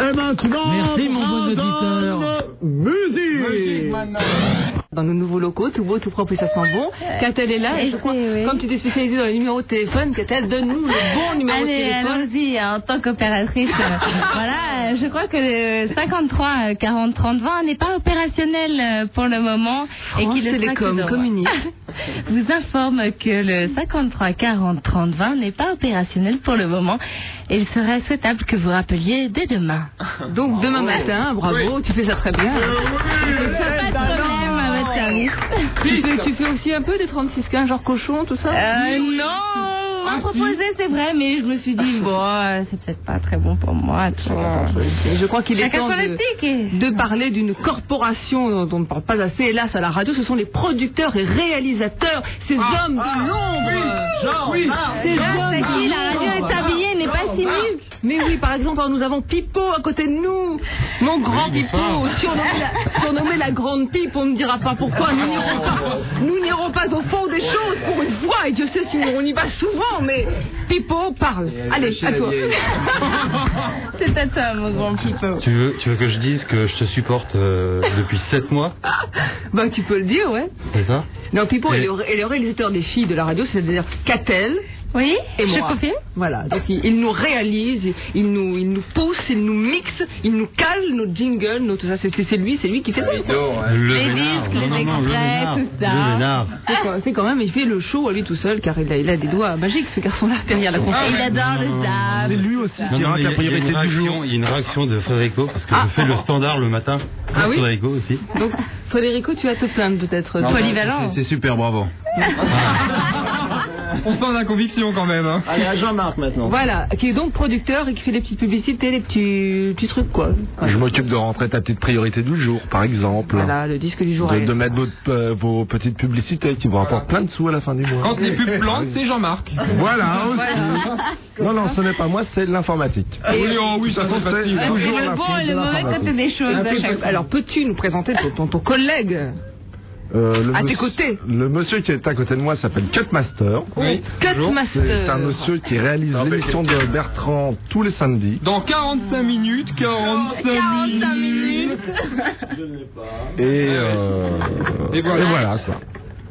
Et maintenant,
Merci, mon bon auditeur.
Musique
Dans nos nouveaux locaux, tout beau, tout propre et ça sent bon. Catel est là Hein, et je crois, comme tu t'es spécialisée dans les numéros de téléphone, Catel, donne-nous le bon numéro de
Allez,
téléphone.
allons-y, hein, en tant qu'opératrice. euh, voilà, euh, je crois que le 53 euh, 40 30 20 n'est pas opérationnel euh, pour le moment et
France
qu'il le sera
Télécom,
que demain.
communique.
vous informe que le 53 40 30 20 n'est pas opérationnel pour le moment et il serait souhaitable que vous rappeliez dès demain.
Eh Donc demain matin, bravo, tu fais ça très bien. ben
Pas de problème à votre service.
Tu fais, tu fais aussi un peu des 36-15, genre cochon, tout ça
Euh, non, on
Ah,
m'a proposé, c'est vrai, mais je me suis dit, bon, euh, c'est peut-être pas très bon pour moi. tu
Ah.
vois.
Et je crois qu'il est
Chacun
temps
son
de,
éthique.
de parler d'une corporation dont on ne parle pas assez, hélas, à la radio. Ce sont les producteurs et réalisateurs, ces hommes de l'ombre. Ces
Ah,
hommes
c'est qui
de
La radio
l'ombre.
est habillée, n'est pas si nulle.
Mais oui, par exemple, nous avons Pipo à côté de nous. Mon grand Pipo, surnommé la, surnommé la grande pipe, on ne dira pas pourquoi. Nous n'irons pas, nous n'irons pas au fond des choses pour une fois. Et Dieu sait si on y va souvent, mais Pipo parle. Allez, à toi.
C'est à toi, mon grand Pipo.
Tu veux, tu veux que je dise que je te supporte euh, depuis 7 mois
Bah, tu peux le dire, ouais.
C'est ça
Non, Pipo
Et-
est, le, est le réalisateur des filles de la radio, c'est-à-dire Catel,
Oui, je
et moi.
confirme.
Voilà, donc ils, ils nous réalisent, ils nous, ils nous poussent, ils nous mixent, ils nous calent nos jingles, nos tout ça. C'est c'est- c'est lui, c'est lui qui
Ah
fait tout.
le Les Ménard. disques, les Non, non, non, le extraits, Ménard. tout ça. Le Ménard.
C'est quand- C'est quand même, il fait le show à lui tout seul, car il a, il a des
Ah.
doigts magiques, ce garçon-là, derrière la console.
Et il adore le zap. C'est lui aussi.
Non, non, mais il y a- il y a
priorité
une réaction- il y a une réaction de Frédérico parce que je fais le standard le matin.
Ah oui
Frédérico aussi.
Donc, Frédérico, tu vas te plaindre peut-être.
Non,
Polyvalent. Ah.
C'est super, bravo.
On sent la conviction quand même. hein.
Allez, à
Jean-Marc maintenant.
Voilà, qui est donc producteur et qui fait des petites publicités, les petits, petits trucs quoi.
Je m'occupe de rentrer ta petite priorité du jour, par exemple.
Voilà, le disque du jour.
De,
est-
de mettre vos, euh, vos petites publicités qui vous rapportent plein de sous à la fin du mois.
Quand les pubs plantent, c'est Jean-Marc.
Voilà, aussi. Non, non, ce n'est pas moi, c'est l'informatique.
Et-
oh
c'est facile.
Et
Toujours
le
la
bon
faute
et
de
le mauvais
l'informatique.
côté des choses.
Un
à
peu
chaque-
facile.
Alors, peux-tu nous présenter ton, ton- ton collègue
Euh, le
À tes
monsieur-
côtés.
Le monsieur qui est à côté de moi s'appelle Cutmaster.
Oui. Cutmaster.
C'est un monsieur qui réalise l'émission de Bertrand tous les samedis.
Dans 45 minutes, 45,
Oh,
minutes.
Et, euh, et voilà. ça.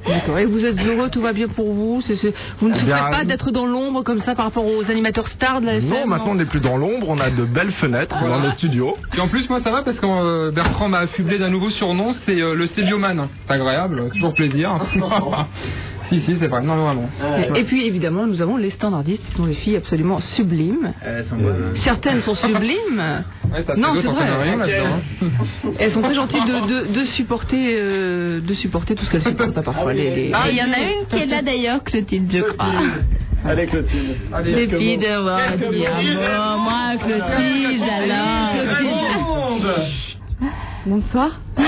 D'accord. Et vous êtes heureux, tout va bien pour vous c'est- c'est- Vous ne
Eh
souffrez
bien,
pas d'être dans l'ombre comme ça par rapport aux animateurs stars de la
Non,
FM,
maintenant on n'est plus dans l'ombre, on a de belles fenêtres dans nos studios.
Et en plus, moi ça va parce que euh, Bertrand m'a affublé d'un nouveau surnom, c'est euh, le Célioman. C'est agréable, toujours plaisir. si, si, c'est vrai. Non, vraiment.
Ah,
Et puis évidemment, nous avons les standardistes, qui sont des filles absolument sublimes. Certaines sont sublimes.
Ouais, ça,
non,
c'est
c'est
d'autres,
vrai.
t'en connais rien là-dedans,
Elles sont très gentilles de, de, de supporter, euh, de supporter tout ce qu'elles supportent à parfois. Les, les- Ah,
Ah, il y en a une qui est là d'ailleurs, Clotilde, je crois.
Allez, Clotilde.
Les filles de voir dire bon, moi, Ah, Clotilde,
Ah,
Ah,
Ah, alors. Bonsoir. Ah,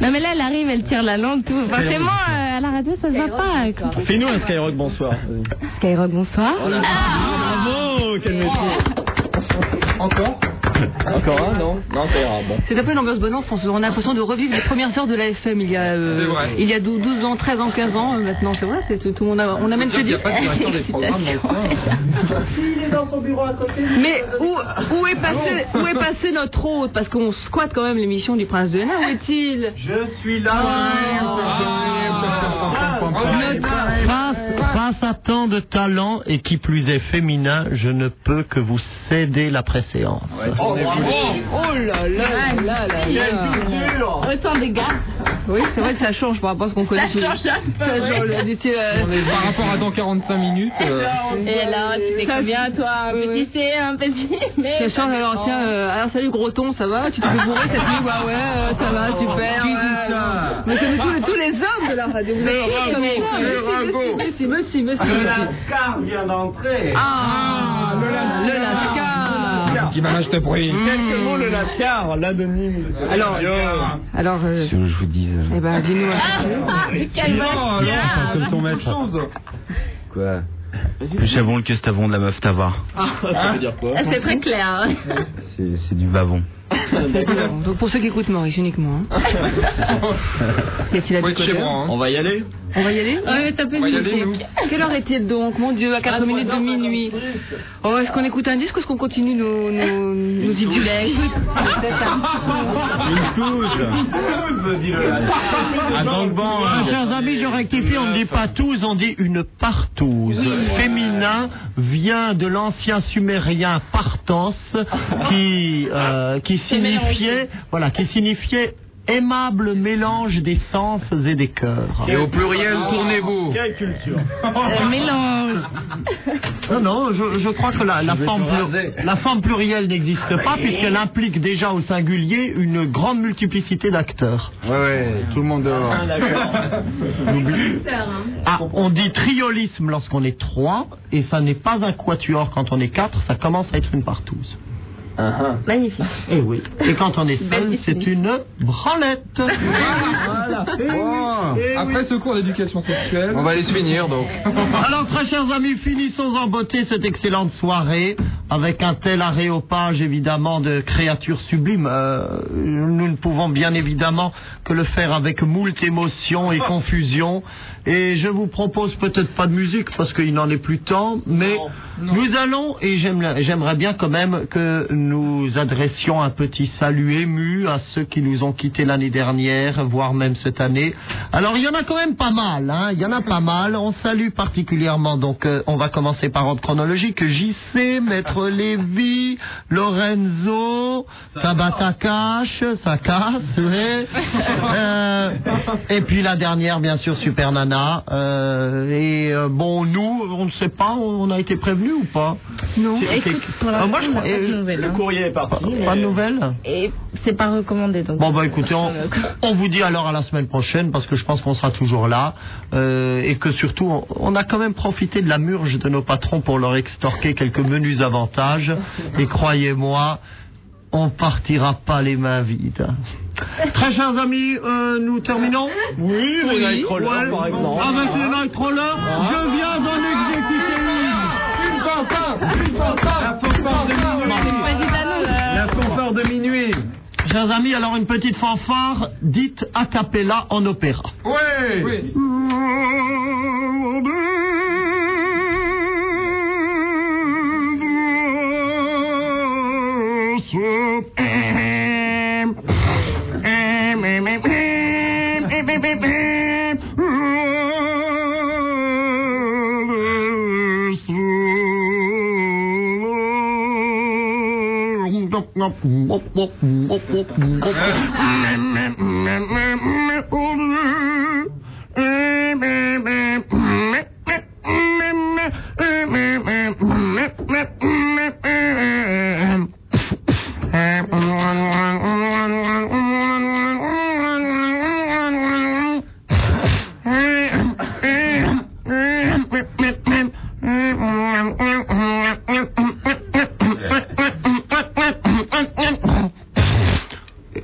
Non, mais là, elle arrive, elle tire la langue, tout. Forcément, euh, à la radio, ça se voit pas. quoi.
Fais-nous un Skyrock, bonsoir.
Skyrock, bonsoir.
Bravo, quel métier. Encore Encore un, non Non, c'est grave, bon.
C'est un peu l'ambiance bonne enfance. On a l'impression de revivre les premières heures de la FM il y a, euh,
C'est vrai.
il y a dou- 12 ans, 13 ans, 15 ans euh, maintenant. C'est vrai, c'est tout, tout le monde a- on amène
Il
que
n'y a
du-
pas de directeur des programmes dans le coin.
Il est dans son bureau à côté.
Mais où, où, est passé, où est passé notre hôte Parce qu'on squatte quand même l'émission du Prince de Hénin. Où est-il
Je suis là.
Face, face à tant de talent et qui plus est féminin, je ne peux que vous céder la préséance.
Oh, là là là là
Quelle
là Autant des gars Oui, c'est vrai que ça change par rapport à ce qu'on connaît.
Ça change un peu,
Ça
oui.
change, là, du- tu, euh,
On est Par rapport à dans 45 minutes. euh,
Et alors, tu fais
Ça-
combien, toi Un petit C, un petit mais
Ça change, alors tiens, euh, alors salut gros ton, ça va Tu t'es fait bourrer cette nuit Bah ouais, euh, ça va, super.
Qui dit
ouais,
ça
ouais. Mais c'est tous, les- tous les hommes de la radio. Vous êtes tous comme ça.
le ragot.
Mais si, mais si, mais si, mais si, mais si.
lascar vient d'entrer.
Ah, le
lascar.
Le Ah. lascar.
Qui va lâcher de bruit.
Quelques mots, le lascar, l'anonyme.
Alors,
Yo.
alors. euh,
Je vous dis. euh,
Eh ben, dis-nous.
Ah,
Non, non, enfin, comme son maître. Quoi Plus chavon le Kestavon de la meuf Tavar.
Ça veut dire quoi
Ah, C'est très clair. hein.
C'est c'est du bavon.
Donc pour ceux qui écoutent Maurice uniquement. hein. Y a-t-il à
Faut être
décoder
chez moi, hein.
On va y aller
On va y aller
Ouais, t'as plus
On va y
de
aller,
musique.
Quelle heure est-il donc Mon Dieu, à 4 minutes de minuit. Oh, est-ce qu'on écoute un disque ou est-ce qu'on continue nos, nos, nos idylèques C'est ça.
Une touche
Ah, dans le banc,
Ah,
hein.
Chers amis, je rectifie, on ne dit pas tous, on dit une partouze. Féminin vient de l'ancien sumérien partos, qui, euh, qui signifiait, voilà, qui signifiait aimable mélange des sens et des cœurs.
Et au pluriel, tournez-vous.
Quelle culture
Un Euh, mélange.
Non, Euh, non, je, je crois que la, la forme, plur- la forme plurielle n'existe pas puisqu'elle implique déjà au singulier une grande multiplicité d'acteurs.
Ouais, ouais, tout le monde dehors.
hein.
Ah, on dit triolisme lorsqu'on est trois et ça n'est pas un quatuor quand on est quatre, ça commence à être une partouze.
Magnifique.
Eh oui. Et quand on est seul, c'est une branlette.
Bon, Après ce cours d'éducation sexuelle.
On va aller se finir donc.
Alors, très chers amis, finissons en beauté cette excellente soirée avec un tel aréopage évidemment de créatures sublimes, euh, nous ne pouvons bien évidemment que le faire avec moult émotions et confusion. Et je vous propose peut-être pas de musique parce qu'il n'en est plus temps, mais nous allons, et j'aime- j'aimerais bien quand même que nous adressions un petit salut ému à ceux qui nous ont quittés l'année dernière, voire même cette année. Alors il y en a quand même pas mal, hein, il y en a pas mal. On salue particulièrement, donc euh, on va commencer par ordre chronologique, JC, Maître Lévy, Lorenzo, Sabata Cash, ça casse, ouais. Euh, et puis la dernière, bien sûr, Super Nana. Euh, et euh, bon, nous, on ne sait pas, on a été prévenus ou pas
Non,
C'est-
écoute,
c'est-
pour la
Ah, moi, je
on a
crois-
pas de nouvelles. hein.
Pas de nouvelles
Et c'est pas recommandé donc.
Bon bah écoutez, on, on vous dit alors à la semaine prochaine parce que je pense qu'on sera toujours là euh, et que surtout on, on a quand même profité de la murge de nos patrons pour leur extorquer quelques menus avantages et croyez-moi, on partira pas les mains vides. Très chers amis, euh, nous terminons Oui,
les Nightcrawlers,
ouais.
par exemple. Ah.
Ah ben c'est Nightcrawler, je viens d'en exécuter une Une fanfare, une fanfare, la fanfare de
La
fanfare de minuit Chers amis, alors une petite fanfare dite a cappella en opéra.
Ouais. Oui.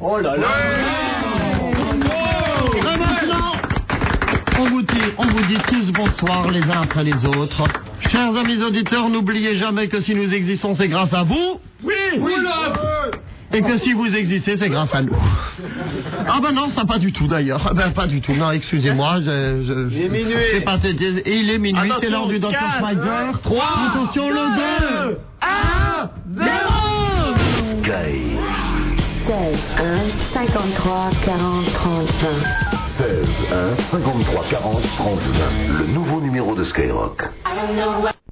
Oh là là Et maintenant, on vous, dit, on vous dit tous bonsoir les uns après les autres. Chers amis auditeurs, n'oubliez jamais que si nous existons, c'est grâce à vous. Oui, Et que si vous existez, c'est grâce à nous. Ah ben non, ça pas du tout d'ailleurs. Ah Ben pas du tout. Non, excusez-moi. Je, je, il est
minuit.
il est minuit. C'est l'heure du Dr. Spider. Attention, le 2
1 0
16 1 53 40 30 20.
16 1 53 40 30 20. Le nouveau numéro de Skyrock.
I don't know what